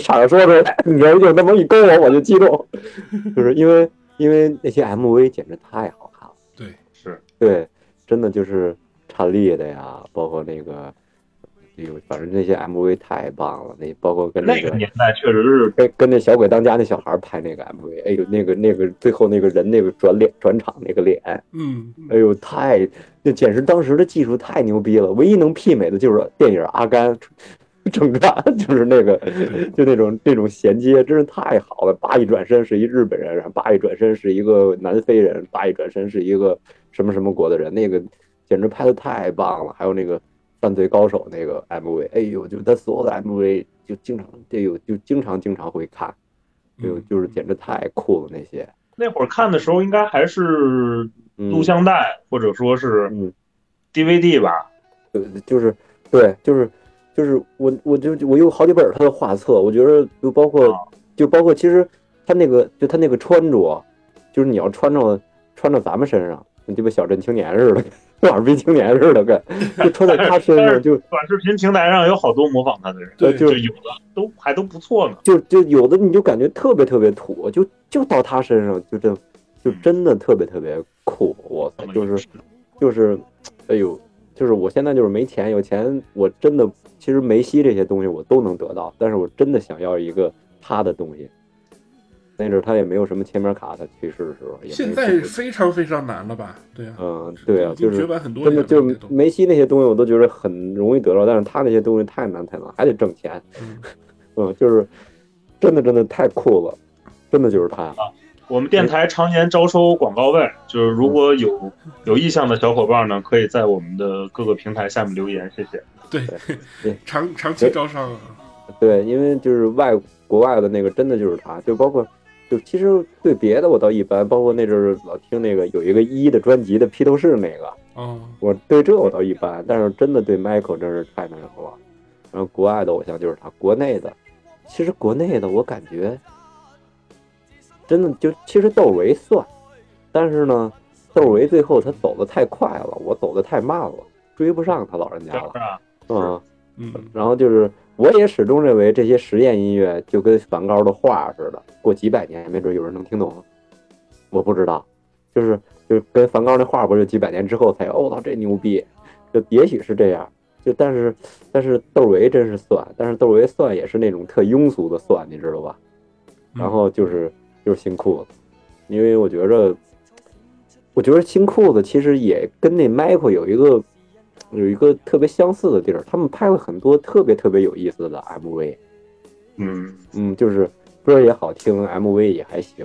D: 傻说的，你要有那么一勾我，我就激动，就是因为因为那些 MV 简直太好看了，
C: 对，
E: 是
D: 对，真的就是陈丽的呀，包括那个，哎呦，反正那些 MV 太棒了，那包括跟
E: 那
D: 个
E: 个年代确实是
D: 跟跟那小鬼当家那小孩拍那个 MV，哎呦，那个那个最后那个人那个转脸转场那个脸，
C: 嗯，
D: 哎呦，太那简直当时的技术太牛逼了，唯一能媲美的就是电影《阿甘 正传》，就是那个就那种那种衔接，真是太好了。叭一转身是一日本人，然后叭一转身是一个南非人，叭一转身是一个什么什么国的人，那个简直拍的太棒了。还有那个犯罪高手那个 MV，哎呦，就他所有的 MV 就经常，哎呦，就经常经常会看，哎
E: 嗯
D: 呦，就是简直太酷了那些。
E: 那会儿看的时候，应该还是
D: 嗯
E: 录像带或者说是
D: 嗯
E: DVD 吧。
D: 对，就是对，就是就是我我就我有好几本他的画册，我觉得就包
C: 啊
D: 括就包括其实他那个就他那个穿着，就是你要穿着穿着咱们身上，你就跟小镇青年似的，跟二逼青年似的，跟就穿在他身
E: 但是
D: 上就
E: 短视频平台上有好多模仿他的人，
C: 对，
D: 就
E: 就有的都还都不错呢。
D: 就就有的你就感觉特别特别土，就就到他身上就真就真的特别特别酷，我操，就是就是，哎呦，就是我现在就是没钱，有钱我真的其实梅西这些东西我都能得到，但是我真的想要一个他的东西。那阵儿他也没有什么签名卡，他去世的时候也没
C: 现在
D: 去世
C: 非常非常难了吧？对啊，
D: 嗯，对啊，
C: 已经
D: 就
C: 绝
D: 是
C: 版很多
D: 真
C: 年
D: 的
C: 了，
D: 就
C: 这
D: 是
C: 都
D: 梅西那些东西我都觉得很容易得到，但是他那些东西太难太难，还得挣钱。
C: 嗯
D: 嗯，就是真的真的太酷了，真的就是他。
E: 我们电台常年招收广告位，就是如果有
D: 嗯
E: 有意向的小伙伴呢，可以在我们的各个平台下面留言，谢谢。
C: 对
D: 对，
C: 长长期招商啊，
D: 对，因为就是外国外的那个真的就是他，就包括就其实对别的我倒一般，包括那阵儿老听那个有一个一的专辑的披头士那个，
C: 哦，
D: 我对这我倒一般，但是真的对 Michael 真是太那什么了。然后国外的偶像就是他，国内的其实国内的我感觉真的就其实窦唯算，但是呢，窦唯最后他走的太快了，我走的太慢了，追不上他老人家了
E: 是。吧？
D: 嗯，
C: 嗯，
D: 然后就是，我也始终认为这些实验音乐就跟梵高的画似的，过几百年没准有人能听懂。我不知道，就是就是跟梵高那画不是几百年之后才有哦，我操这牛逼，就也许是这样。就但是但是窦唯真是算，但是窦唯算也是那种特庸俗的算，你知道吧？
C: 嗯
D: 然后就是就是新裤子，因为我觉着，我觉得新裤子其实也跟那 Michael 有一个有一个特别相似的地儿，他们拍了很多特别特别有意思的 MV，
E: 嗯，
D: 嗯，就是歌也好听，MV 也还行，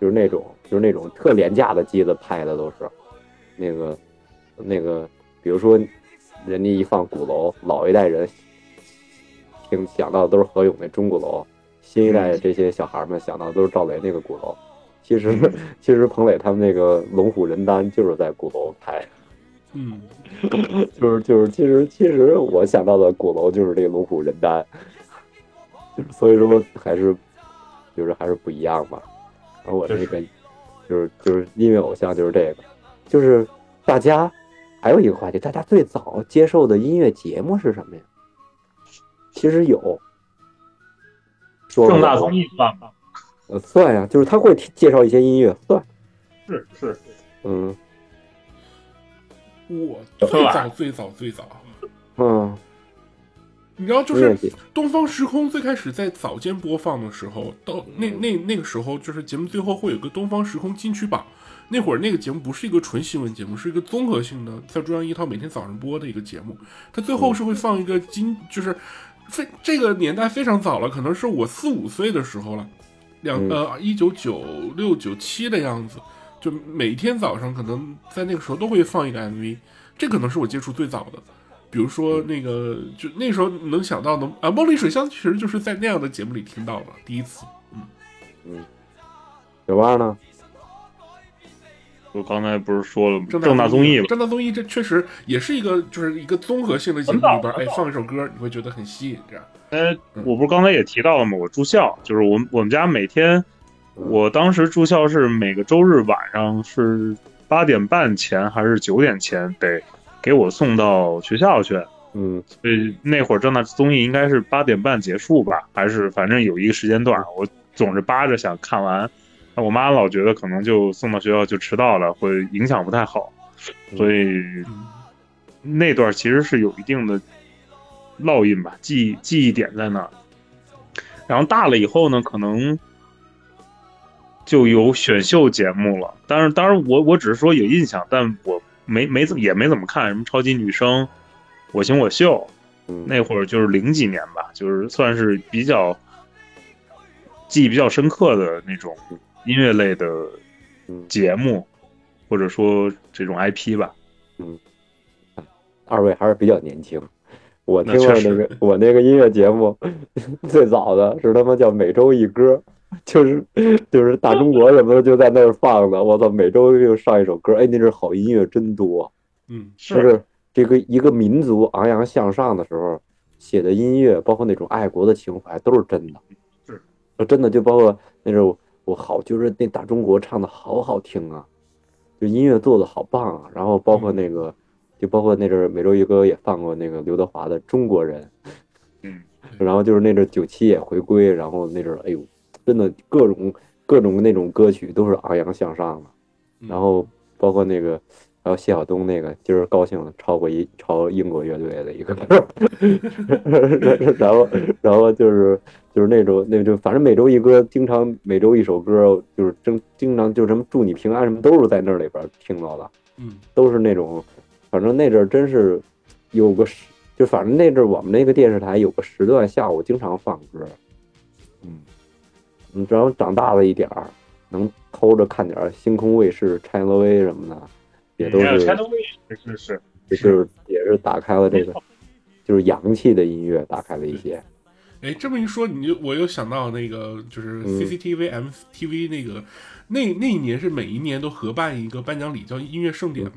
D: 就是那种就是那种特廉价的机子拍的都是，那个那个，比如说人家一放鼓楼，老一代人听想到的都是何勇那钟鼓楼，新一代这些小孩们想到的都是赵雷那个鼓楼。其实， 其实彭磊他们那个《龙虎人丹》就是在鼓楼拍，
C: 嗯，
D: 就是就是，其实其实我想到的鼓楼就是这个龙虎人丹，就是所以说还是就是还是不一样吧。而我这个就是就是音乐偶像就是这个，就是大家还有一个话题，大家最早接受的音乐节目是什么呀？其实有，说
E: 正大
D: 不好
E: 综艺算吧，
D: 呃算呀，就是他会提介绍一些音乐，算，
E: 是是，
D: 嗯
C: 嗯我
E: 对
C: 最
E: 吧
C: 早最早最早，啊
D: 嗯，
C: 你知道就
D: 音乐
C: 是
D: 节
C: 东方时空最开始在早间播放的时候，到那那那个时候，就是节目最后会有个东方时空金曲榜。那会儿那个节目不是一个纯新闻节目，是一个综合性的，在中央一套每天早上播的一个节目。它最后是会放一个金，就是非这个年代非常早了，可能是我四五岁的时候了，两
D: 嗯
C: 呃一九九六九七的样子。就每天早上可能在那个时候都会放一个 MV，这可能是我接触最早的。比如说那个，就那时候能想到的啊，梦里水乡其实就是在那样的节目里听到的第一次。
D: 小八呢？
E: 我刚才不是说了吗
C: 正
E: 正大综艺吧？
C: 正大综艺这确实也是一个，就是一个综合性的节目里边，哎，放一首歌，你会觉得很吸引这样。
E: 哎，我不是刚才也提到了吗？我住校，就是我们我们家每天，我当时住校是每个周日晚上是八点半前还是九点前得给我送到学校去，
D: 嗯，
E: 所以那会儿正大综艺应该是八点半结束吧，还是反正有一个时间段，我总是扒着想看完。那我妈老觉得可能就送到学校就迟到了，会影响不太好，所以
C: 嗯
E: 那段其实是有一定的烙印吧，记忆记忆点在那儿。然后大了以后呢，可能就有选秀节目了。当然，当然我我只是说有印象，但我没没怎么也没怎么看什么超级女声、我型我秀。
D: 嗯
E: 那会儿就是零几年吧，就是算是比较记忆比较深刻的那种音乐类的
D: 嗯
E: 节目，或者说这种 IP 吧。
D: 二位还是比较年轻。我
E: 那
D: 听了
E: 确
D: 那
E: 实
D: 个我那个音乐节目， 最早的是他妈叫每周一歌，就是就是大中国什么的就在那儿放的。我操，每周就上一首歌，哎，那阵儿好音乐真多，
C: 嗯，
D: 就是这个一个民族昂扬向上的时候写的音乐，包括那种爱国的情怀，都是真的。
E: 是
D: 呃，真的就包括那种我好，就是那大中国唱的好好听啊，就音乐做的好棒啊。然后包括那个，就包括那阵儿每周一歌也放过那个刘德华的《中国人》，
E: 嗯，
D: 然后就是那阵儿九七也回归，然后那阵儿哎呦，真的各种各种那种歌曲都是昂扬向上的。
C: 嗯
D: 然后包括那个，还有谢晓东那个，今儿高兴了，超过一超英国乐队的一个， 然后然后就是就是那种那就反正每周一歌，经常每周一首歌，就是经经常就是什么祝你平安什么都是在那里边儿听到的，
C: 嗯
D: 都是那种，反正那阵儿真是有个时，就反正那阵儿我们那个电视台有个时段下午经常放歌，嗯，嗯，然后长大了一点儿，能偷着看点儿星空卫视、Channel V 什么的，也都
E: 嗯还有
D: 是
E: Channel V 是是
D: 也是也是打开了这个就是洋气的音乐，打开了一些，
C: 哎，这么一说，你就我又想到那个，就是
D: 嗯
C: CCTV、MTV 那个，那那一年是每一年都合办一个颁奖礼，叫音乐盛典嘛。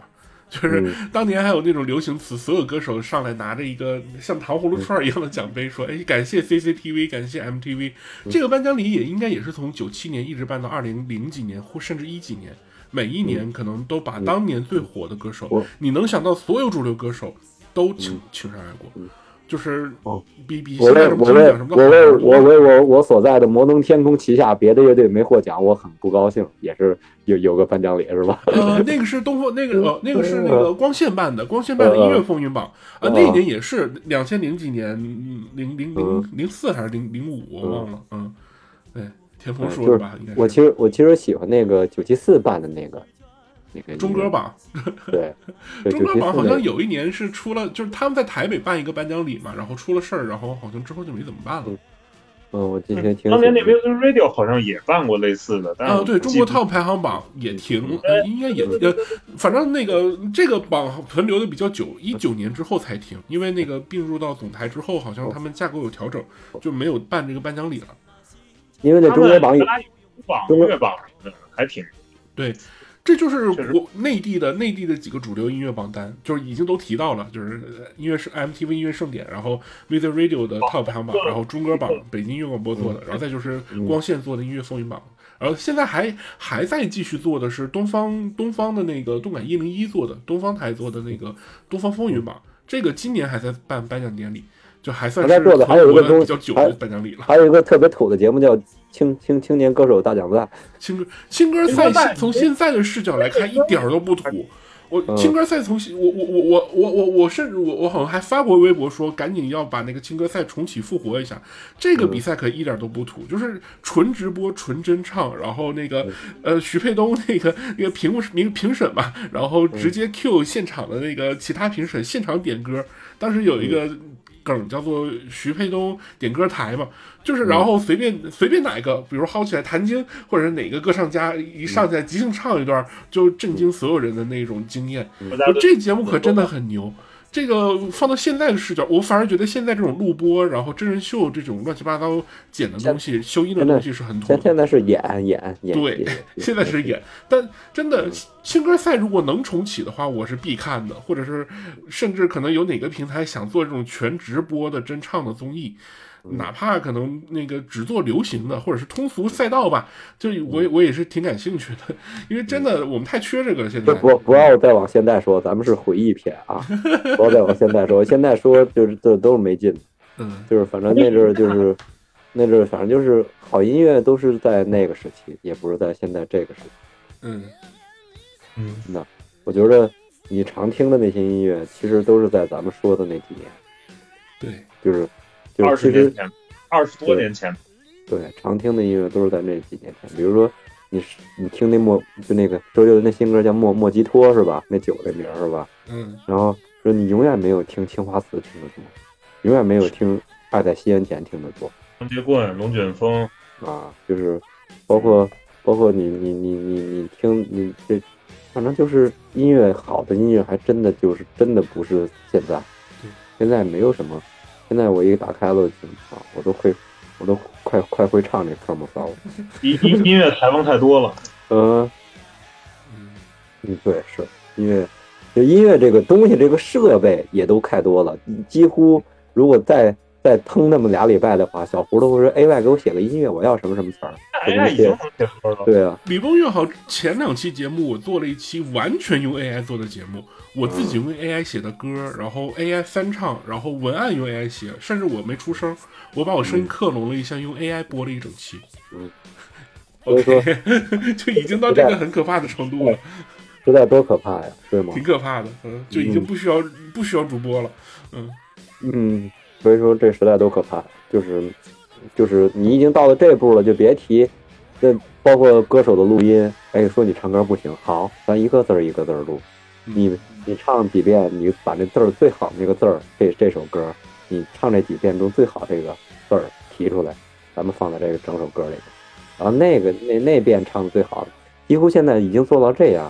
C: 就是
D: 嗯
C: 当年还有那种流行词，所有歌手上来拿着一个像糖葫芦串儿一样的奖杯，说：“哎，感谢 CCTV，感谢 MTV。”这个颁奖礼也应该也是从九七年一直办到二零零几年，或甚至一几年，每一年可能都把当年最火的歌手
D: 嗯我，
C: 你能想到所有主流歌手都请请上来过
D: 嗯，
C: 就是
D: 哦
C: 比比
D: 我
C: 现在
D: 为
C: 什么
D: 我
C: 金
D: 为
C: 奖什么
D: 我为
C: 的好
D: 我为我我所在的摩登天空旗下别的乐队没获奖，我很不高兴，也是有有个颁奖礼是吧？
C: 呃，那个是东风，那个呃，那个是那个光线办的，光线办的音乐风云榜啊、
D: 嗯
C: 那一年也是两千零几年，嗯零零零零四还是零零五，我忘了，嗯，对，田丰说的吧，应该
D: 嗯我
C: 是
D: 其实我其实喜欢那个九七四办的那个那个音乐
C: 中歌，榜，
D: 对，对
C: 中歌榜好
D: 974那
C: 像
D: 个
C: 有一年是出了，就是他们在台北办一个颁奖礼嘛，然后出了事儿，然后好像之后就没怎么办了。
D: 嗯，我之前挺
E: 当年
D: 喜
E: 那
D: 欢
E: Music Radio 好像也办过类似的，但是
C: 啊，
E: 我
C: 对中
E: 记
C: 国
E: 不嗯
C: top 排行榜也停，呃应该也呃，反正那个这个榜存留的比较久，一九年之后才停，因为那个并入到总台之后，好像他们架构有调整，就没有办这个颁奖礼了。
D: 因为那
E: 他
D: 中
E: 们
D: 国榜
E: 原
D: 有
E: 来有舞榜、
D: 中国
E: 乐榜什么的，还挺
C: 对，这就是
E: 确实
C: 国内地的内地的几个主流音乐榜单，就是已经都提到了，就是呃音乐是 MTV 音乐盛典，然后 Music Radio
D: 哦
C: 的 Top 排行榜，然后中歌榜北京音乐广播
D: 嗯
C: 做的，然后再就是光线做的音乐风云榜。然后现在还还在继续做的是东方东方的那个动感一零一做的，东方台做的那个东方风云榜，这个今年还在办颁奖典礼，就还算
D: 嗯还
C: 是
D: 在做的还有一个
C: 存活了比
D: 东
C: 较久
D: 还
C: 的颁奖礼了。
D: 还有一个特别土的节目叫《青青青年歌手大奖赛》，
C: 青歌青歌赛现从现在的视角来看，一点儿都不土。我
D: 嗯
C: 青歌赛从我我我我我我我甚至我我好像还发过微博说，赶紧要把那个青歌赛重启复活一下。这个比赛可一点都不土，就是纯直播、纯真唱，然后那个呃徐沛东那个那个评评评审嘛，然后直接 Q 现场的那个其他评审现场点歌。当时有一个梗叫做徐沛东点歌台嘛，就是然后随便、随便哪一个，比如薅起来谭晶或者是哪个歌唱家一上来即兴唱一段，就震惊所有人的那种经验。
E: 大家
C: 我
E: 都
C: 这节目可真的很牛。这个放到现在的视角，我反而觉得现在这种录播，然后真人秀这种乱七八糟剪的东西、修音的东西是很土
D: 现
C: 的。
D: 现在是演演演，
C: 嗯对，嗯现在是演，但真的青歌赛如果能重启的话，我是必看的，或者是甚至可能有哪个平台想做这种全直播的真唱的综艺，哪怕可能那个只做流行的或者是通俗赛道吧，就我我也是挺感兴趣的，因为真的我们太缺这个了现在
D: 这。不不要再往现在说，咱们是回忆篇 啊，不要再往现在说，现在说就是这都是没劲的，
C: 嗯，
D: 就是反正那阵 儿就是，那阵儿反正就是好音乐都是在那个时期，也不是在现在这个时期。
C: 嗯，
E: 嗯，
D: 我觉得你常听的那些音乐，其实都是在咱们说的那几年，
C: 对，
D: 就是就
E: 二
D: 是
E: 十
D: 其
E: 年
D: 实
E: 前，二十多年前，
D: 对常听的音乐都是在那几年前，比如说。你是你听那莫就那个周杰伦那新歌叫莫莫吉托是吧？那酒那名儿是吧？
C: 嗯
D: 然后说你永远没有听青花瓷听的多，永远没有听爱在西元前听的多
E: 双截棍、龙卷风，
D: 啊，就是包括包括你你你你你听你这，反正就是音乐好的音乐还真的就是真的不是现在
C: 对，
D: 现在没有什么，现在我一打开了听啊，我都会我都快快会唱这科目三了，
E: 音音音乐台风太多 了。
D: 嗯、
C: 嗯，
D: 嗯，对，是因为就音乐这个东西，这个设备也都太多了，几乎如果再再腾那么俩礼拜的话，小胡都会说 A Y 给我写个音乐，我要什么什么词儿。
E: 哎呀，已经能写歌了。
D: 对啊，
C: 李梦月好，前两期节目我做了一期完全用 AI 做的节目，我自己用 AI 写的歌，然后 AI 翻唱，然后文案用 AI 写，甚至我没出声，我把我声音克隆了一下，用 AI 播了一整期。
D: 嗯
C: OK，
D: 所 以
C: 就已经到这个很可怕的程度了，
D: 时代多可怕呀，对吗
C: 挺？可怕的，嗯，就已经不需要不需要主播了，嗯
D: 嗯，所以说这时代多可怕，就是就是你已经到了这步了，就别提这包括歌手的录音，哎，说你唱歌不行，好，咱一个字儿一个字儿录，你你唱几遍，你把那字儿最好那个字儿，这这首歌，你唱这几遍中最好这个字儿提出来，咱们放在这个整首歌里面。然后那个那那遍唱的最好的，几乎现在已经做到这样，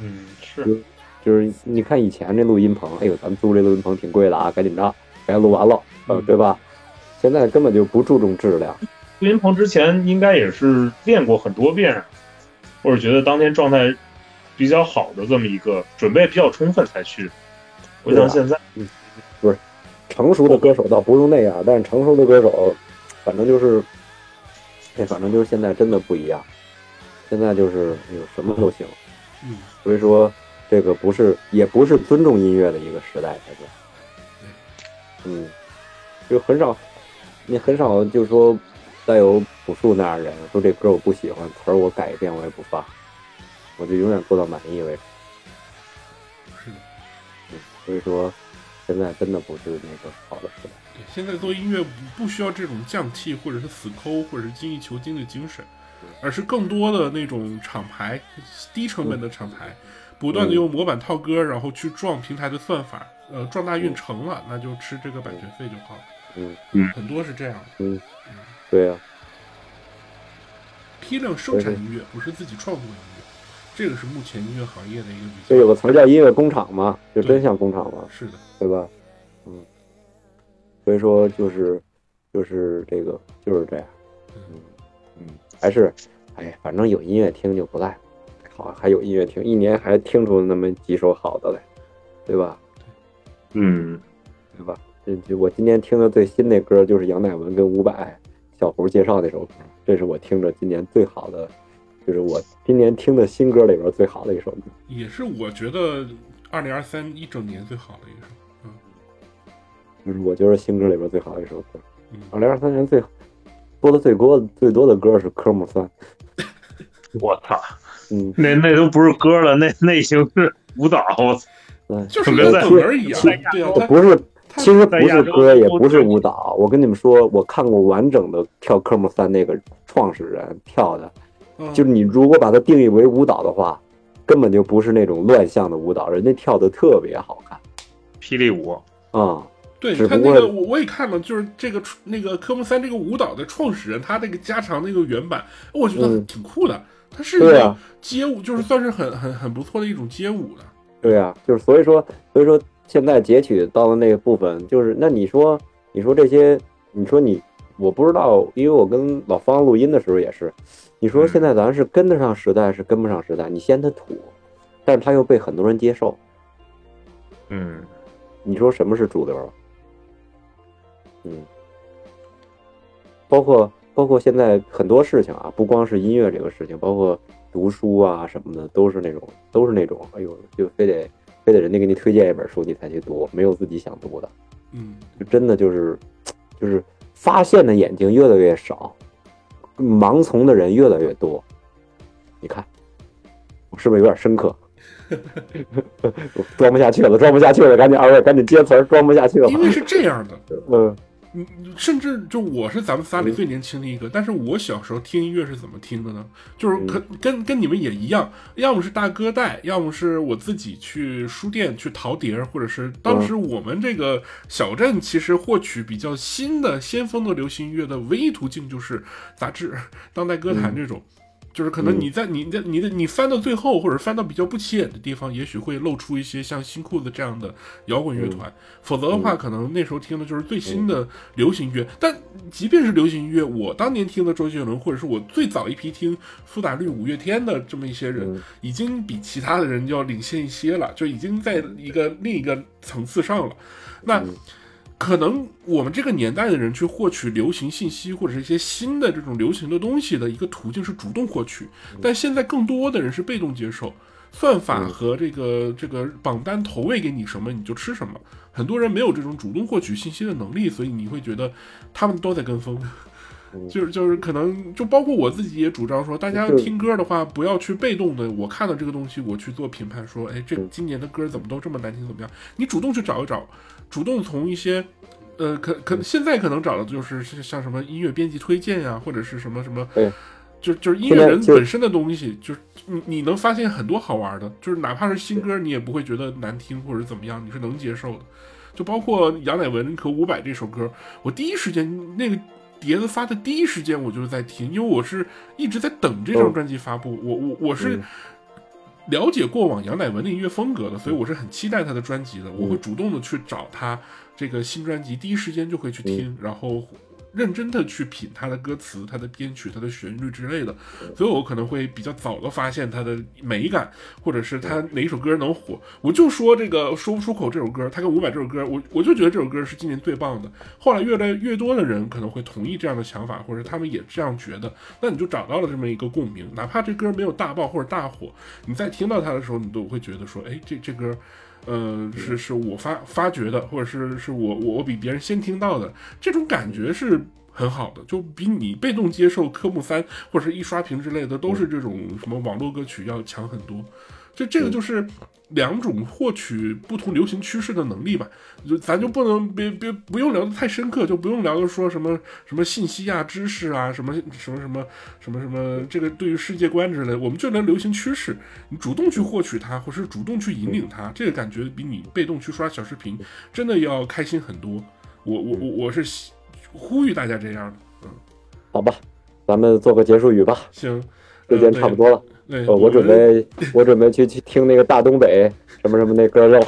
E: 嗯，是
D: 就是你看以前这录音棚，哎呦，咱们租这录音棚挺贵的啊，赶紧着，赶紧录完了，呃，对吧？现在根本就不注重质量，
E: 录音棚之前应该也是练过很多遍，或者觉得当天状态比较好的这么一个准备比较充分才去。不
D: 啊
E: 像现在，
D: 成熟的歌手倒不用那样，但是成熟的歌手，反正就是，哎，反正就是现在真的不一样，现在就是有什么都行，
C: 嗯，
D: 所以说这个不是也不是尊重音乐的一个时代，现在，嗯，就很少，你很少就是说再有朴树那样的人说这歌我不喜欢，词儿我改一遍我也不发，我就永远做到满意为止。
C: 是的。
D: 嗯，所以说现在真的不是那个好的时代。
C: 对现在做音乐不不需要这种匠气或者是死抠或者是精益求精的精神，而是更多的那种厂牌低成本的厂牌，不断的用模板套歌，然后去撞平台的算法，呃，撞大运成了，那就吃这个版权费就好了。
D: 嗯
E: 嗯
C: 很多是这样的，
D: 嗯，对呀、
C: 批量生产音乐不是自己创作音乐，这个是目前音乐行业的一个比较。
D: 就有个词儿叫音乐工厂嘛，就真像工厂嘛，
C: 是的，
D: 对吧？嗯，所以说就是就是这个就是这样。嗯嗯，还是哎，反正有音乐听就不赖。好，还有音乐听，一年还听出那么几首好的来，对吧？
E: 嗯，
D: 对吧？这这我今天听的最新那歌就是杨乃文跟伍佰小胡介绍那首歌，这是我听着今年最好的，就是我今年听的新歌里边最好的一首歌。
C: 也是我觉得二零二三一整年最好的一首。嗯
D: 就是我觉得新歌里边最好的一首歌。
C: 嗯
D: 二零二三年最播的最多最多的歌是科目三，
E: 我操，
D: 嗯，
E: 那那都不是歌了，那那已经是舞蹈。我操
D: 嗯
C: 就是
E: 可
C: 跟
E: 能在
C: 等儿一样
E: 在，
C: 对啊，
D: 不是，
C: 他
D: 其实
E: 在
D: 不是
E: 亚洲
D: 歌，也
E: 都
D: 不是
E: 最
D: 舞蹈。我跟你们说，我看过完整的跳科目三那个创始人跳的，
E: 嗯
C: 他
D: 就是你如果把它定义为舞蹈的话，根本就不是那种乱象的舞蹈，人家跳的特别好看
E: 霹雳舞，
D: 啊、
C: 对
D: 只
C: 他
D: 不
C: 那
D: 过
C: 个，我我也看了，就是这个出那个科目三这个舞蹈的创始人，他那个加长那个原版，我觉得
D: 嗯
C: 挺酷的。他是一
D: 对
C: 个
D: 啊
C: 街舞，就是算是很很很不错的一种街舞的。
D: 对呀、就是所以说，所以说现在截取到了那个部分，就是那你说，你说这些，你说你，我不知道，因为我跟老方录音的时候也是，你说
E: 嗯
D: 现在咱是跟得上时代，是跟不上时代，你嫌它土，但是它又被很多人接受，
E: 嗯，
D: 啊你说什么是主流？嗯，包括包括现在很多事情啊，不光是音乐这个事情，包括读书啊什么的，都是那种都是那种，哎呦，就非得非得人家给你推荐一本书你才去读，没有自己想读的，
C: 嗯
D: 就真的就是就是发现的眼睛越来越少，盲从的人越来越多。你看，我是不是有点深刻？ 我装不下去了，装不下去了，赶紧二位赶紧接词儿，装不下去了。
C: 因为是这样的，
D: 嗯，
C: 嗯，甚至就我是咱们仨里最年轻的一个，但是我小时候听音乐是怎么听的呢？就是可跟跟你们也一样，要么是大哥带，要么是我自己去书店去淘碟儿，或者是当时我们这个小镇其实获取比较新的先锋的流行音乐的唯一途径就是杂志、当代歌坛这种。就是可能你在你在你的你翻到最后，或者翻到比较不起眼的地方，也许会露出一些像新裤子这样的摇滚乐团。否则的话，可能那时候听的就是最新的流行乐。但即便是流行音乐，我当年听的周杰伦，或者是我最早一批听苏打绿、五月天的这么一些人，已经比其他的人要领先一些了，就已经在一个另一个层次上了。那可能我们这个年代的人去获取流行信息或者是一些新的这种流行的东西的一个途径是主动获取，但现在更多的人是被动接受。算法和这个这个榜单投喂给你什么你就吃什么，很多人没有这种主动获取信息的能力，所以你会觉得他们都在跟风，就是就是可能就包括我自己也主张说，大家要
D: 就是
C: 听歌的话不要去被动的，我看到这个东西我去做评判，说哎这今年的歌怎么都这么难听怎么样？你主动去找一找，主动从一些。呃，可可现在可能找的就是是像什么音乐编辑推荐呀、或者是什么什么
D: 对，
C: 就就是音
D: 现
C: 乐
D: 在
C: 人
D: 就
C: 本身的东西，就是你你能发现很多好玩的，就是哪怕是新歌，你也不会觉得难听或者怎么样，你是能接受的。就包括杨乃文和伍佰这首歌，我第一时间那个碟子发的第一时间，我就是在听，因为我是一直在等这张
D: 嗯
C: 专辑发布。我我我是了解过往杨乃文的音乐风格的，所以我是很期待他的专辑的。我
D: 嗯
C: 会主动的去找他这个新专辑，第一时间就会去听，然后认真的去品他的歌词、他的编曲、他的旋律之类的。所以我可能会比较早的发现它的美感，或者是它哪一首歌能火。我就说这个说不出口这首歌，它跟伍佰这首歌，我我就觉得这首歌是今年最棒的。后来越来越多的人可能会同意这样的想法，或者他们也这样觉得，那你就找到了这么一个共鸣。哪怕这歌没有大爆或者大火，你在听到它的时候，你都会觉得说，哎，这这歌。呃，是是我发发掘的，或者是是我我我比别人先听到的，这种感觉是很好的，就比你被动接受科目三或者是一刷屏之类的，都是这种什么网络歌曲要强很多。就这个就是两种获取不同流行趋势的能力吧，就咱就不能别别不用聊得太深刻，就不用聊的说什么什么信息啊、知识啊、什么什么什么什么什么这个对于世界观之类的，我们就聊流行趋势，你主动去获取它，或是主动去引领它，这个感觉比你被动去刷小视频真的要开心很多。我我我我是希呼吁大家这样的，
D: 好吧，咱们做个结束语吧，
C: 行，
D: 时间差不多了。
C: 嗯对。对，
D: 呃，我准
C: 们
D: 备我准备去去听那个大东北什么什么那歌了。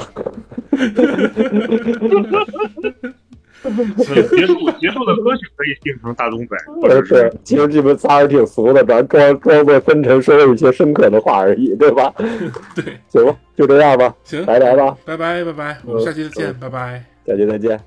E: 结束结束的歌曲可以定成大东北，或者
D: 是
E: 是，
D: 其实你们仨是挺俗的，咱装装作深沉说了一些深刻的话而已，对吧？
C: 对，
D: 行吧，就这样吧，
C: 行，
D: 拜拜吧，嗯
C: 拜拜拜拜，我们下期再见，拜拜。
D: 再见再见。